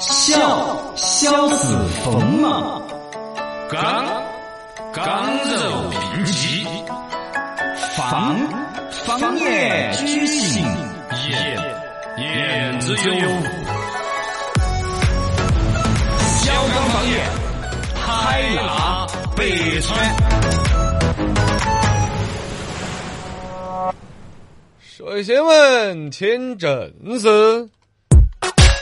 笑笑死冯嘛，刚刚柔并济，方方言居心，言言之有物。小刚方言，海纳百川。水仙文签证是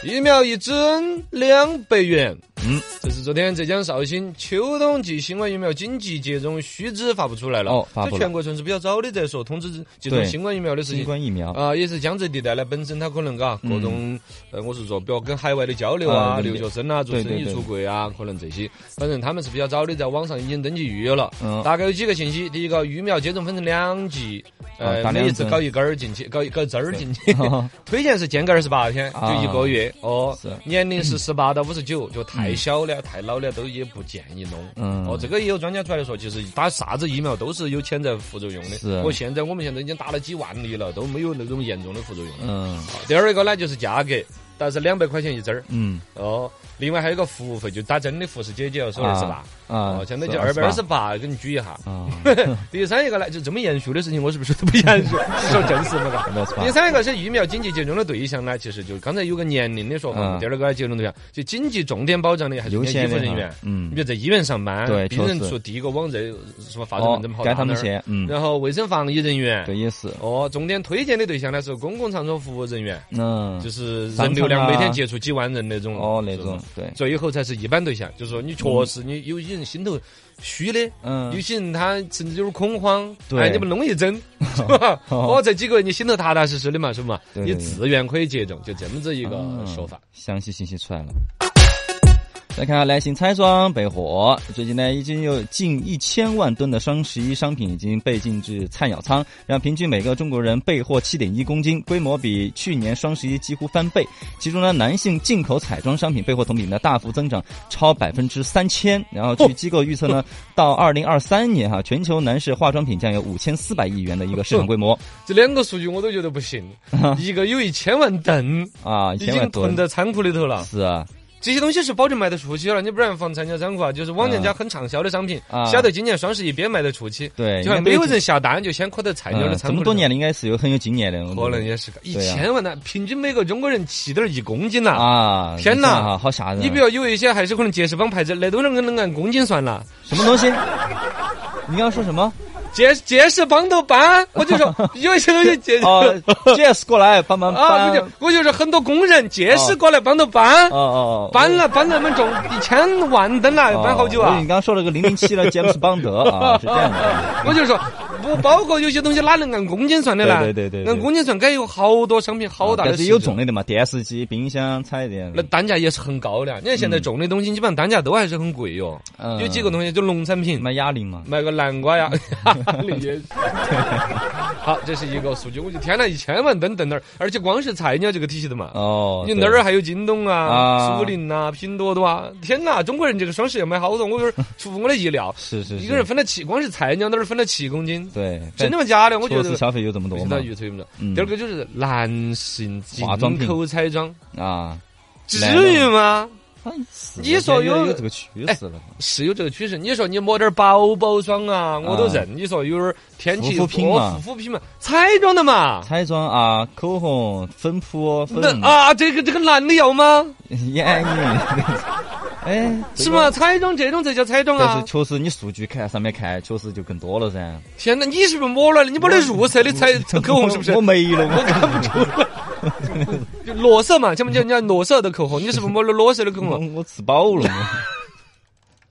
一秒一针两百元。嗯，这是昨天浙江绍兴秋冬季新冠疫苗紧急接种须知发布出来了。哦发布了这全国算是比较早的在说通知接种对新冠疫苗的事新情。冠疫 苗啊、也是江浙地带呢，本身它可能嘎各种，呃，我是说，比如跟海外的交流嗯啊，啊理留解学生啊，做对生对意对出国啊，可能这些，反正他们是比较早的，在网上已经登记预约了。嗯大概有几个信息，第一个，疫苗接种分成两剂，啊呃，打每一两次针搞一根儿进去，搞一搞一针儿进去。嗯推荐是间隔二十八天，啊就一个月哦是。嗯年龄是十八到五十九，就太小了、太老了都也不建议弄。嗯哦，这个也有专家出来说，其实打啥子疫苗都是有潜在副作用的。是我现在我们现在已经打了几万例了，都没有那种严重的副作用。嗯好第二个呢就是价格，但是两百块钱一针儿。嗯哦，另外还有个服务费，就打针的护士姐姐要收啊二十八，啊哦，，相当于是就二百二十28八，给你举一下。 啊，第三一个呢，就这么严肃的事情，我是不是都不严 肃？说正事嘛，嘎。二百二十第八，三个是疫苗紧急接种的对象呢，其实就刚才有个年龄的说法嘛。嗯第二个接种对象就紧急重点保障的还是优人家医先护的人哈员。你嗯比如在医院上班，对病人确实出第一个往这什么发热哦门诊跑，该到他们那儿先，嗯，然后卫生防疫人员。对也是，哦，重点推荐的对象呢是公共场所服务人员，嗯就，是商人流量场啊每天接触几万人那种。哦那种是吧。对，最后才是一般对象，就是说你确实你有些人心头虚的，嗯有，些人他甚至有点恐慌，对哎，你们弄一 针，是吧？哦哦，这几个月你心头踏踏实实的嘛，是嘛？对你对对自愿可以接种，就这么子一个嗯说法。详细信息出来了。再看下南信彩妆备货，最近呢已经有近一千万吨的双十一商品已经被进至菜鸟仓，让平均每个中国人备货七点一公斤，规模比去年双十一几乎翻倍。其中呢，男性进口彩妆商品备货同比呢大幅增长超百分之三千。然后据机构预测哦呢，到二零二三年哈，全球男士化妆品将有五千四百亿元的一个市场规模这两个数据我都觉得不行，一个有一千万吨，啊，嗯一已千经万吨囤在仓库里头了。是啊，这些东西是保证卖得出去了，你不然放参加仓库啊，就是往年家很畅销的商品啊，晓得今年双十一别卖得出去，对，就应该都看没已有经人下单，就先搁在菜鸟的嗯仓这库里头。么多年了，应该是有很有经验的，我觉得可能也是个一对啊千万呢，平均每个中国人七点一公斤呐。啊！ 天你哪看哈，好啊吓人！你比如有一些还是可能杰士邦牌子，那都能跟能按公斤算了。什么东 西？你刚刚说什么？杰杰士邦都 搬，我就说有一些东西杰哦，Jess 过来帮忙 啊，搬我。就我就说很多工人杰士过来帮着搬哦，哦，搬了搬那么重一千万吨了，哦搬好久我以为啊你？刚刚说了个零零七 的詹姆斯邦德啊，是这样的。我就说不包括有些东西哪能按公斤算的呢？对对对对对按公斤算该有好多商品 好大的啊但市是值有重类的嘛，电视机、冰箱、彩电。那单价也是很高的。你看现在重的东西基本上单价都还是很贵哟。嗯有几个东西就农产品，买哑铃 嘛？买个南瓜呀，那也是。好，这是一个数据，我就天呐，一千万吨等那儿，而且光是菜鸟这个体系的嘛。哦，你对那儿还有京东啊、啊。苏宁呐、拼多多啊！天呐，中国人这个双十一买好多，我有点出乎我的意料是是是一个人分了七，光是菜鸟那儿分了七公斤，对，真的吗？假的？但我觉措得施消费有这么多不知嘛道？预测有没有。嗯第二个就是男性进化妆品口彩妆，啊，至男的于吗？哎是你说我觉得有哎有这个趋势了，是有这个趋势。你说你抹点儿宝宝霜啊，我都啊认。你说有点儿天气护肤品哦嘛护肤品嘛，彩妆的嘛。彩妆啊，口红、粉扑、粉那啊，这个这个男的要吗？ 眼影， 哎，是吗？？彩妆这种才叫彩妆但啊是！确实，你数据看上面看，确实就更多了 噻。天哪，你是不是抹了？你抹的入色的彩口红是不是我？没了，我看不出。就裸色嘛，前面叫人家裸色的 口红，你是不是抹了裸色的口我红？我吃饱了，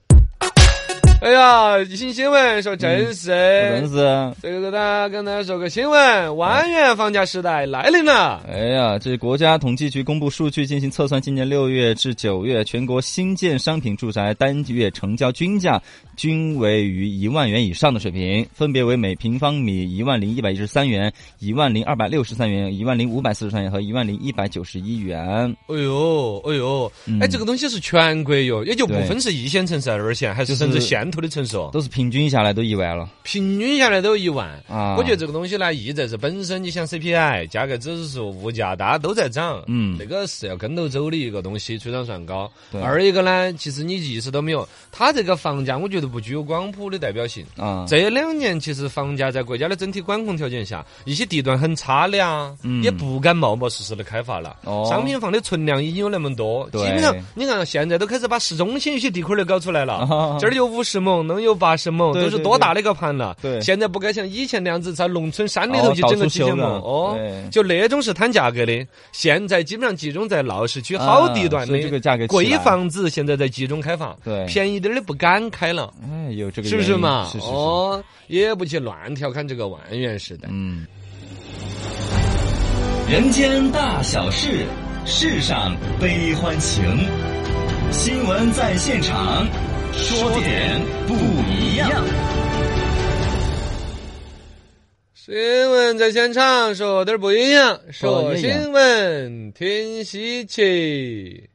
哎呀，新新闻说真真是。是。这个大家跟大家说个新闻，万元房价时代来临了。哎呀，这国家统计局公布数据进行测算，今年六月至九月，全国新建商品住宅单月成交均价均为于一万元以上的水平，分别为每平方米一万零一百一十三元、一万零二百六十三元、一万零五百四十三元和一万零一百九十一元。哎呦，哎呦，哎，这个东西是全国有，也就不嗯对分是一线城市、二线还就是是甚至县普的城市哦，都是平均下来都一万了平均下来都一万。啊。我觉得这个东西呢，一在是本身你想 CPI、价格指数、物价，大家都在涨，嗯那个是要跟头走的一个东西，水涨船高。对二一个呢，其实你意识都没有，它这个房价，我觉得不具有广谱的代表性。啊，这两年其实房价在国家的整体管控条件下，一些地段很差的啊，嗯也不敢冒冒失失的开发了。哦商品房的存量已经有那么多，基对本上你看现在都开始把市中心一些地块儿都搞出来了，啊这儿有五十亩，能有八十亩，对都是对多对大的一个盘了。对现在不该像以前那样子在农村山里哦头去到整个处几千修亩了哦对，就那种是摊价格的，现在基本上集中在闹市区好地段啊所以这的个价格起贵来房子，现在在集中开发，对便宜点儿的不敢开了。哎，有这个是不原是因嘛？是是是，哦，也不去乱调侃这个万元时代。嗯，人间大小事，世上悲欢情。新闻在现场，说点不一样。新闻在现场，说点儿不一样，说不一样新闻听稀奇。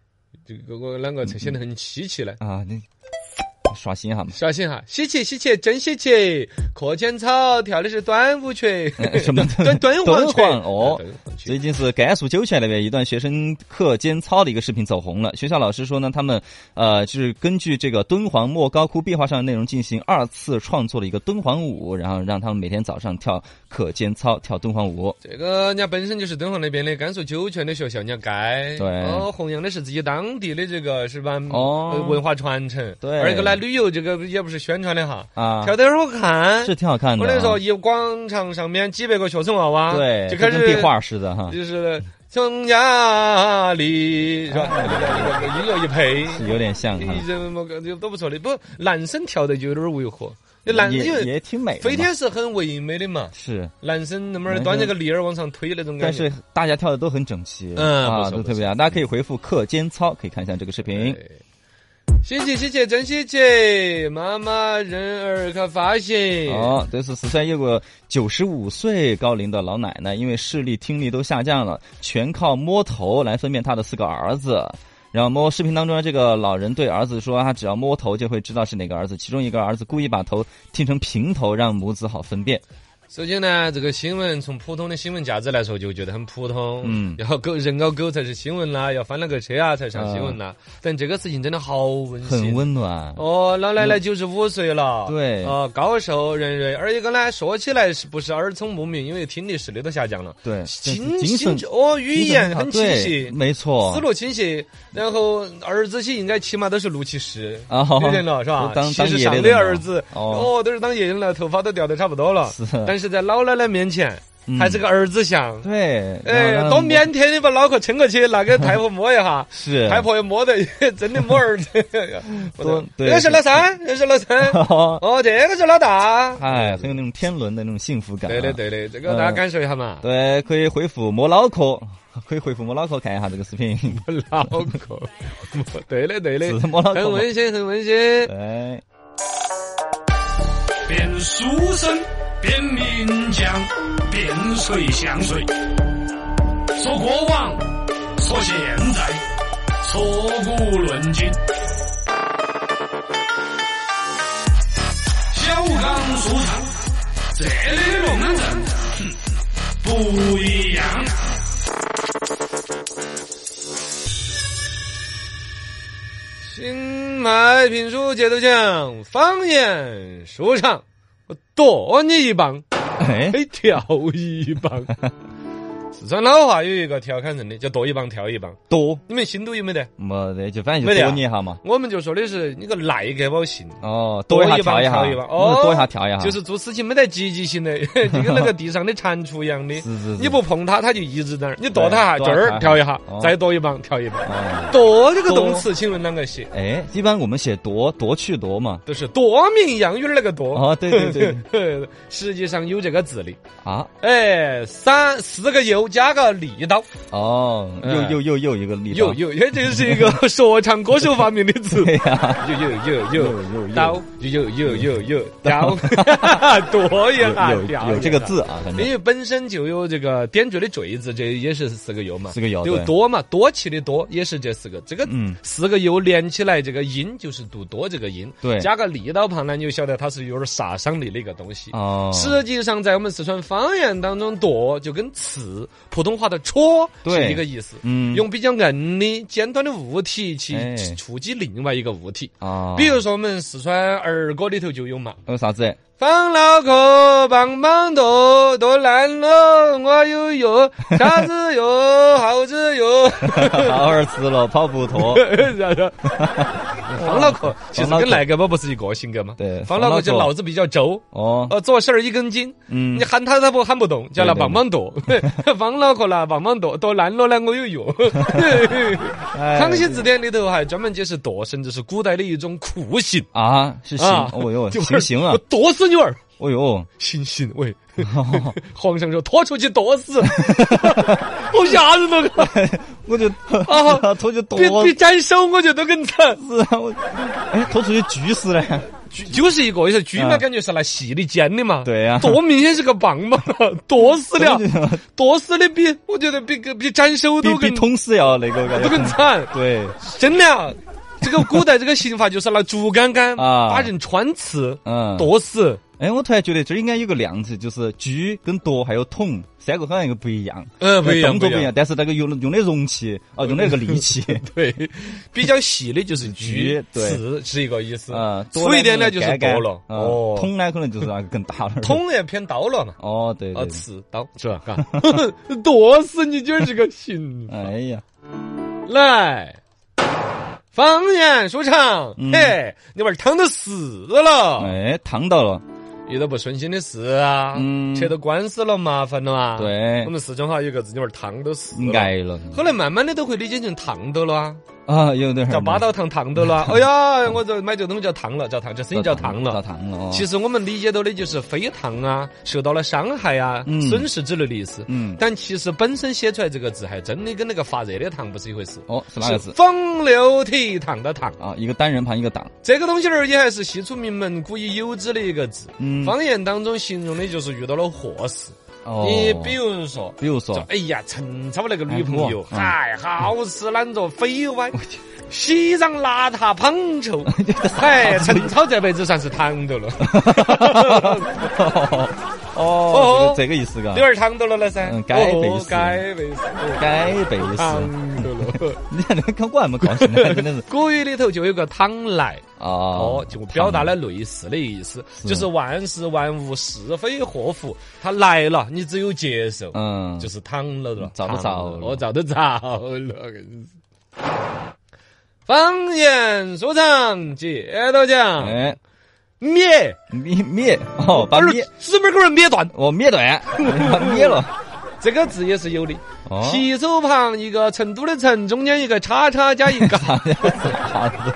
这个我啷个才显得很稀奇呢？，啊，那刷新一下嘛刷新哈，稀奇稀奇，真稀奇！课间操跳的是端午裙，哎什 么端 端敦煌裙煌哦啊。敦煌裙最近是甘肃酒泉那边一段学生课间操的一个视频走红了。学校老师说呢，他们呃是根据这个敦煌莫高窟壁画上的内容进行二次创作了一个敦煌舞，然后让他们每天早上跳课间操，跳敦煌舞。这个人家本身就是敦煌那边的甘肃酒泉的学校，人家该对哦，弘扬的是自己当地的这个是吧？哦呃文化传承。对二一个呢，旅游这个也不是宣传的哈，啊跳得好 看。是挺好看的、我啊。跟你说，一广场上面几百个学生娃娃，对，就开跟壁始画似的哈，就是从家里是吧？ 这个音乐一配，啊是有点像哈，这么个就都不错的。不，男生跳的就有点违和，男也因为也挺美的嘛。飞天是很唯美的嘛，是，男生那么儿端着个立儿往上推那种感但觉。是大家跳的都很整齐，嗯不啊，错都不特错别好。大家可以回复课间操，可以看一下这个视频。对稀奇稀奇，真稀奇！妈妈人儿可发现，哦，这是四川有个九十五岁高龄的老奶奶，因为视力、听力都下降了，全靠摸头来分辨她的四个儿子。然后摸视频当中，这个老人对儿子说，他只要摸头就会知道是哪个儿子。其中一个儿子故意把头剃成平头，让母子好分辨。首先呢，这个新闻从普通的新闻价值来说，就觉得很普通。嗯要狗人咬狗才是新闻啦，要翻了个车啊才上新闻啦。但这个事情真的好温馨，嗯很温暖。哦，老奶奶九十五岁了，对啊、高寿人瑞。而一个呢，说起来是不是耳聪目明，因为听力视力都下降了，对，精精神哦，语精神言好很清对晰，没错思。路清晰，然后儿子些应该起码都是六七十啊的 人了，是吧？当七当爷十的上人的了儿子，哦哦，都是当爷爷了，头发都掉的差不多了是。但是在老奶奶面前嗯还是个儿子像，对，哎然后，让多母。腼腆的把脑壳撑过去，拿给太婆摸一下是太婆也摸得 真的摸儿子，我多 的对这是老三，这是老 三，哦，这个是老大， 哎，很有那种天伦的那种幸福感、啊。对的对的，这个大家感受一下嘛。 对，可以回复莫脑壳， 可以回复莫脑壳看一下这个视频。 脑壳， 对的对的，是摸脑壳很嘛温馨很温馨。对，变书生，变名将，变谁像谁？说过往，说现在，说古论今。小刚书场，这里的龙安镇哼不一样。新买评书解读讲，方言说唱，我剁你一棒，哎，嘿跳一 棒。四川老话有一个调侃人的，叫剁一棒跳一棒。多你们新都有没得？没得，就反正没就得啊多捏一下嘛。我们就说的是你个耐给我行。哦，多一下一调棒一下，调一棒哦不是多一下调一下，就是做事情没得积极性的， 就跟那个地上的蟾蜍一样的 是是是，你不碰它，它就一直在那儿。你剁它，对这剁儿它跳一下哦，再剁一棒，跳一棒。哦。剁这个剁动词，请问啷个写？哎，一般我们写 夺夺去夺嘛。都是夺命洋芋儿那个夺。哦，对对对实际上有这个字的。啊，哎，三四个又头加个利刀，哦，又嗯又又又一个例子啊，有有，哎，这是一个说唱歌手发明的词对。呀，有有有有有有有刀，有有有有刀，多一下有有有这个，字啊，反因正为本身就有这个点缀的缀字，这也是四个又嘛，四个又有对多嘛，多起的多也是这四个，这个嗯四个又连起来，这个音就是读多这个音，对加个利刀旁呢，你就晓得它是有点杀伤力的一个东西。哦，实际上，在我们四川方言当中，“剁”就跟“刺”普通话的“戳”对是一个意思。嗯用比较硬的、尖端的物体哎去触及另外一个物体。啊，比如说，我们四川儿歌里头就有嘛有哦啥子？ “方脑壳，棒棒剁，剁烂了我有 药，啥子药，耗子药。好儿吃了跑不脱，然 后，啊方脑壳其实方脑壳跟赖胳膊不是一个性格嘛？对方脑壳就方脑壳脑子比较轴， 哦，呃，做事儿一根筋。嗯你，喊他他不喊不动，叫他对对棒棒 剁，方脑壳啦，棒棒剁，剁烂了呢我有用。 哎康熙字典里头还专门解释剁，甚至是古代的一种酷刑啊，是行，啊。哦哟， 就行行啊我，剁死你娃儿，哦哟，行行 喂。皇上说拖出去剁死，好吓人哦！我 就啊头就剁比比斩首我觉得更惨，死啊，我哎，头出去锯 死嘞，就就是一个，也是锯啊嘛，感觉是来细的尖的嘛。对呀多明显是个棒棒， 剁死了对呀，剁死的比我觉得比比斩首比都比更捅死要那个感 都更觉，惨。 对，真的啊，这个古代这个刑法就是拿竹竿竿啊把人穿刺、嗯，剁死。哎，我突然觉得这儿应该有个量词，就是锯跟剁还有捅三个好像又不一样，哎呃不一样动作不一样一样，但是那个用的用的容器啊，用的那个利器 对，比较细的就是锯锯、对刺是一个意 思啊，，粗一点呢就是剁剁了可能干了，干啊哦，捅呢可能就是那个更大了，捅也偏刀了嘛， 哦，对对啊，对，刺刀是吧？嘎 剁死你就是个刑法。哎呀，来，方言说唱嗯，嘿，你娃儿烫到死了，哎，烫到了，遇到不顺心的事啊嗯，扯到官司了，麻烦了啊嘛。。对 我，们四川话有个字，你娃儿烫到死了。挨了后来慢慢的都会理解成烫到了 啊，啊，有点儿叫八道烫烫到了 啊。哎呀，我这买这个东西叫烫了，叫烫，这生意叫烫叫了。烫了，哦其实我们理解到的就是非烫啊，受到了伤害啊嗯、损失之类的意思。嗯，但其实本身写出来这个字，还真的跟那个发热的烫不是一回事。哦，是哪是个字风流倜傥的傥，啊？一个单人旁，一个党，这个东西儿也还是西楚名门古已有之的一个字。嗯，方言当中形容的就是遇到了祸事，哦，你比如说，比如说说，哎呀，陈超那个女朋友，哎哎，好吃懒做，肥 歪，西装邋遢，胖臭。哎，陈超这辈子算是躺 到了，哦，这个这个意思嘎女，儿躺到了了噻。嗯该背哦死该背死，哦该背躺是。到了。你看这个看我还没高兴呢，真的是古语里头就有个“躺来”，哦哦，，就表达了类似的意思，就是万事万物是非祸福，它来了，你只有接受，嗯，就是躺了了，遭都遭了我遭都遭了。方言说唱接着讲，哎，灭灭灭哦，把耳灭指拇给人灭断，我灭 断，把灭了，这个字也是有的。哦，提手旁一个成都的成，中间一个叉叉加一 个，啥子？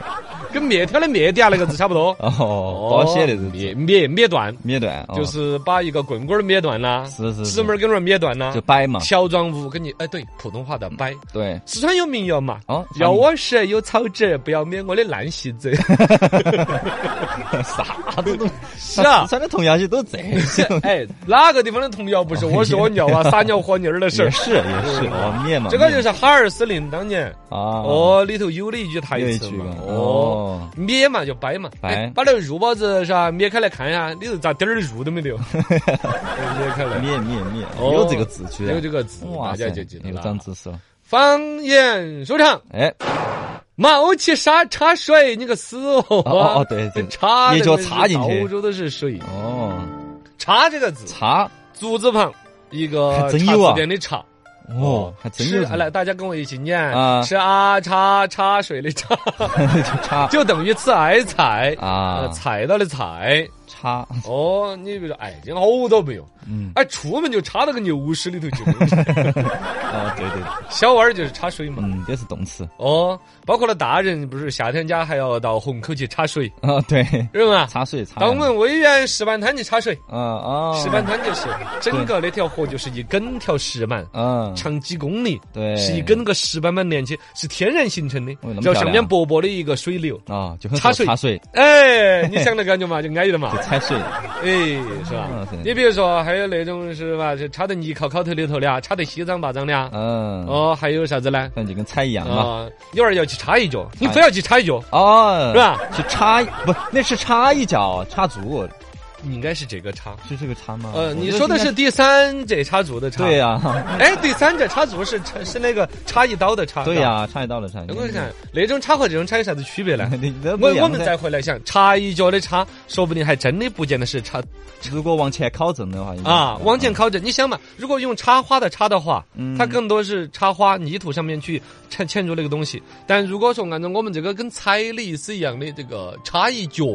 跟灭掉的灭掉那个字差不多。哦哦，保险的灭是灭灭断，灭断，哦就是把一个棍棍儿灭断啦，是是是指拇儿跟人灭断啦就，啊掰嘛，乔装舞跟你哎，对，普通话的掰。对，四川有民谣嘛？哦 要我舌有啊草纸，不要灭我的烂席 子。啥子都是啊四。川的童谣戏都这些，哎，哪个地方的童谣不是我说我尿啊，撒尿和泥儿的事哦 也儿？是也是，哦，灭嘛，这个就灭是哈尔司令当年啊，哦里头有的一句台有一词句嘛嘛。哦，哦，灭嘛就掰嘛，掰哎把那个肉包子是吧？灭开来看呀，里头咋点儿肉都没 得哦？灭开来，灭灭灭，哦有这个字居然有这个字，哇大塞家就记，得又了长啊。知识了，方言说唱。哎，冒起沙插水，你个死货啊！哦哦对对插你的就那是插进去到处都是水。哦，插这个字，茶，竹字旁一个还真有啊茶字边的茶。哦，还真有是这来大家跟我一起念啊是啊插插水 的插，个就茶就等于刺挨踩啊呃踩到了踩。茶，哦，你比如说哎，今天好多朋友嗯哎，出门就插到个牛屎里头 去，啊，对对，对小娃儿就是插水嘛。嗯，这是动词 哦，包括了大人，不是夏天家还要到虹口去插水，啊，对，是吧？茶水茶到我们威远石板滩去插水，啊啊，石板滩就是整个那条河就是一整条石板，嗯，长几公里，对是一根个石板板连起，是天然形成的哦那么，然后漂上亮面薄薄的一个水 流。啊，就很茶水茶水哎，你想那感觉嘛，就安逸了嘛， 踩水，哎，是吧啊对？你比如说，还有那种是吧，就插到泥靠靠头里头的啊，插到稀脏八脏的啊，嗯，哦，还有啥子呢？反正就跟踩一样嘛。啊，有人要去插一哎脚，你非要去插一脚，哦，是吧？是插不？那是插一脚，插足你应该是这个插。是这个插吗？嗯呃，我你觉得说的应该是第三者插足的插，对、啊呀，哎，第三者插足是插是那个插一刀的插，对。呀，插一刀了，插一刀？我跟你看，那种插和这种插有啥子区别呢 你这呃不我一我样们噻再回来想，插一脚的插，说不定还真的不见得是插如果往前考证的话，应该啊，是往前靠着。你想嘛，如果用插花的插的话，嗯它更多是插花泥土上面去嵌嵌入那个东西。但如果说按照我们这个跟踩的意思一样的这个插一脚，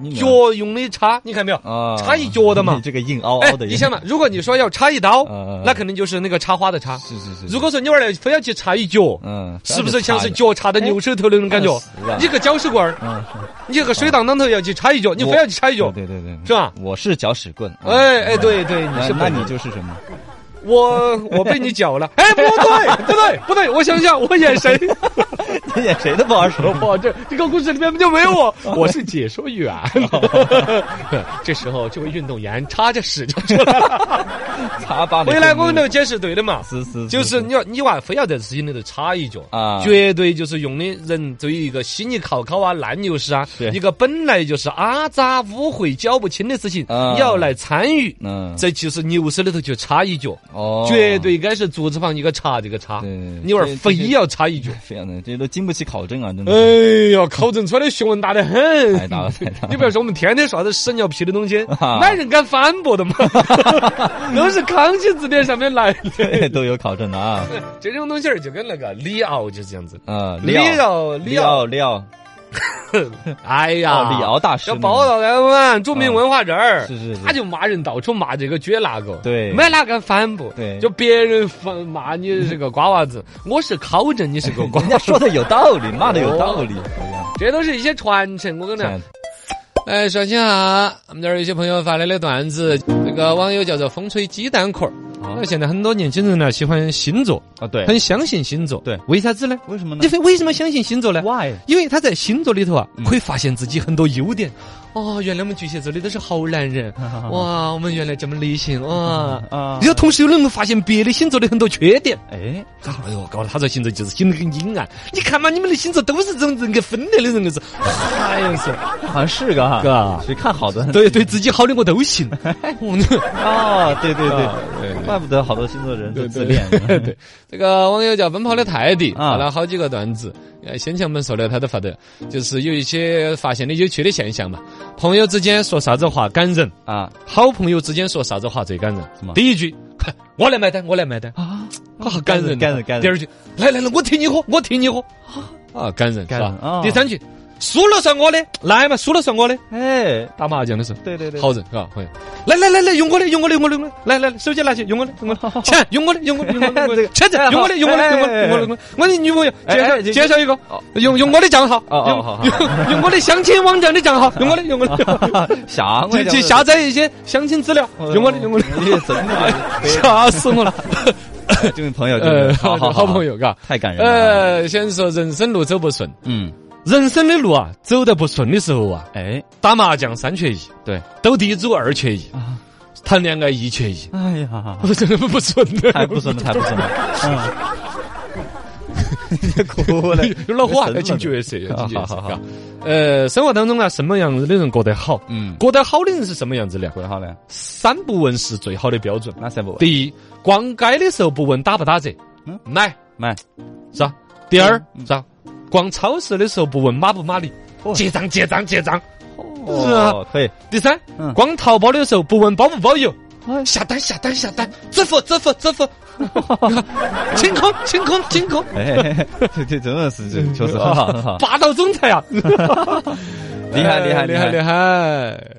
你呢脚用的插，你看没有？啊，插一脚的嘛 你这个硬凹哎凹，的，你想嘛，，如果你说要插一刀嗯嗯嗯，那肯定就是那个插花的插。是是是，如果说你娃儿非要去插一脚，嗯，是不是像是插一脚插到牛舌头那种感觉哎是啊？你个搅屎棍儿，嗯，你个水当当头要去插一脚，你非要去插一脚，对对对对，是吧？我是搅屎棍，啊，哎哎，对对，你那是那笨你就是什么？ 我我被你搅 了，哎，不对不对不对，我想想，我演 谁？你演谁的不好使？ 我这这个故事里面就没有我， 我是解说员。 这时候这位运动员插着屎就出来了。插把回来我跟那个解释对的嘛，是是是就是你要你娃非要在事情里头插一脚嗯啊绝对就是用的人对于一个稀泥烤烤啊、烂牛屎啊，是一个本来就是阿渣污秽搅不清的事情，啊你要来参与，嗯这就是牛屎里头去插一脚。哦，绝对应该是竹字旁一个插这个插，对你娃儿这嗯非这些要插一脚。非常的，这都经不起考证啊，真的哎 是呀，考证出来的学问大得很，太大了太大了 你不要说我们天天耍的屎尿屁的东西，啊哪人敢反驳的嘛？ 都是康熙字典上面来的。对都有考证的啊。这种东西儿就跟那个李敖就是这样子。啊， 李敖敖，李李敖，敖李敖哎呀，哦，李敖大师要呢，报道台湾著名文化人哦儿，是是是他就骂人，到处骂这个撅那个，对没哪敢反驳，对就别人反骂你是个瓜娃子，我是考证你是个瓜 人娃家子，说的有道理，骂的有道理，哎呀这都是一些传承，我跟你这讲样。哎，首先啊，我们这儿有些朋友发来的段子，这个网友叫做“风吹鸡蛋壳”。那现在很多年轻人呢喜欢星座，啊，哦对，很相信星座。对嗯为啥子呢？为什么呢你非为什么相信星座呢？ ？Why？因为他在星座里头啊，可以发现自己很多优点。哦，原来我们巨蟹座的都是好男人，哇，我们原来这么理性哇。啊你，要同时又能够发现别的星座的很多缺点。哎，哎呦，搞得他这星座就是显得很阴暗。你看嘛，你们的星座都是这种人格分裂的人格是，哎呀是。好像是个哈，哥谁看好的？ 对对自己好的我都信。对哦，对对啊对对，对怪不得好多星座人都自恋，对，这个网友叫奔跑的泰迪，啊发了好几个段子。呃，先前我们说的他都发的，就是有一些发现的有趣的现象嘛。朋友之间说啥子话感人，啊好朋友之间说啥子话最感人什么？第一句， 哼我来买单，我来买单，啊，啊，感人，感人感人第二句，来来来，我请你喝，我请你喝，啊，感人，感是人吧啊？第三句，输了算我的，来嘛，输了算我的。哎，打麻将的时候，对对对，好人，嘎，朋友，来来来来，用我的，用我的，用我的，用我的，来来，来手机拿起，用我的，用 我的，钱，用我的，用我的，用我的，用我这个的钱钱，用我的，用我的，用我的，用我的，用我的，我的女朋友哎介绍哎这介绍一个哦，用用我的账号，哦哦用好好用用我的相亲网站的账号，用我的，用 我的，下去位去下载一些相亲资料，哦用我的，用我的，真的是吓死 我了，哎这位朋 友，呃，真的好好好朋，友，嘎，太感人了，呃，先说人生路走不顺，嗯，人生的路啊，走得不顺的时候啊，哎，打麻将三缺一，对，斗地主二缺一啊， 谈恋爱一缺一。 哎呀。我真的不准的，太不顺了，太不顺哎 了。嗯，哭 了， 有老火啊，要进进角色，要进角色。好好好嘎呃，生活当中啊，什么样子的人过得好？嗯，过得好的人是什么样子的？啊过得好嘞，三不问是最好的标准。那三不第一，逛街的时候不问打不打折嗯，买买，是吧？第嗯二，是吧？逛超市的时候不问码不码的哦，结账结账结账。是啊哦，可以，第三嗯，逛淘宝的时候不问包不包邮哎，下单下单下单，支付支付 支付，清空清空清空。哎，这这真的是确实很好很好，啊霸道总裁啊！哎厉害厉害厉害厉害！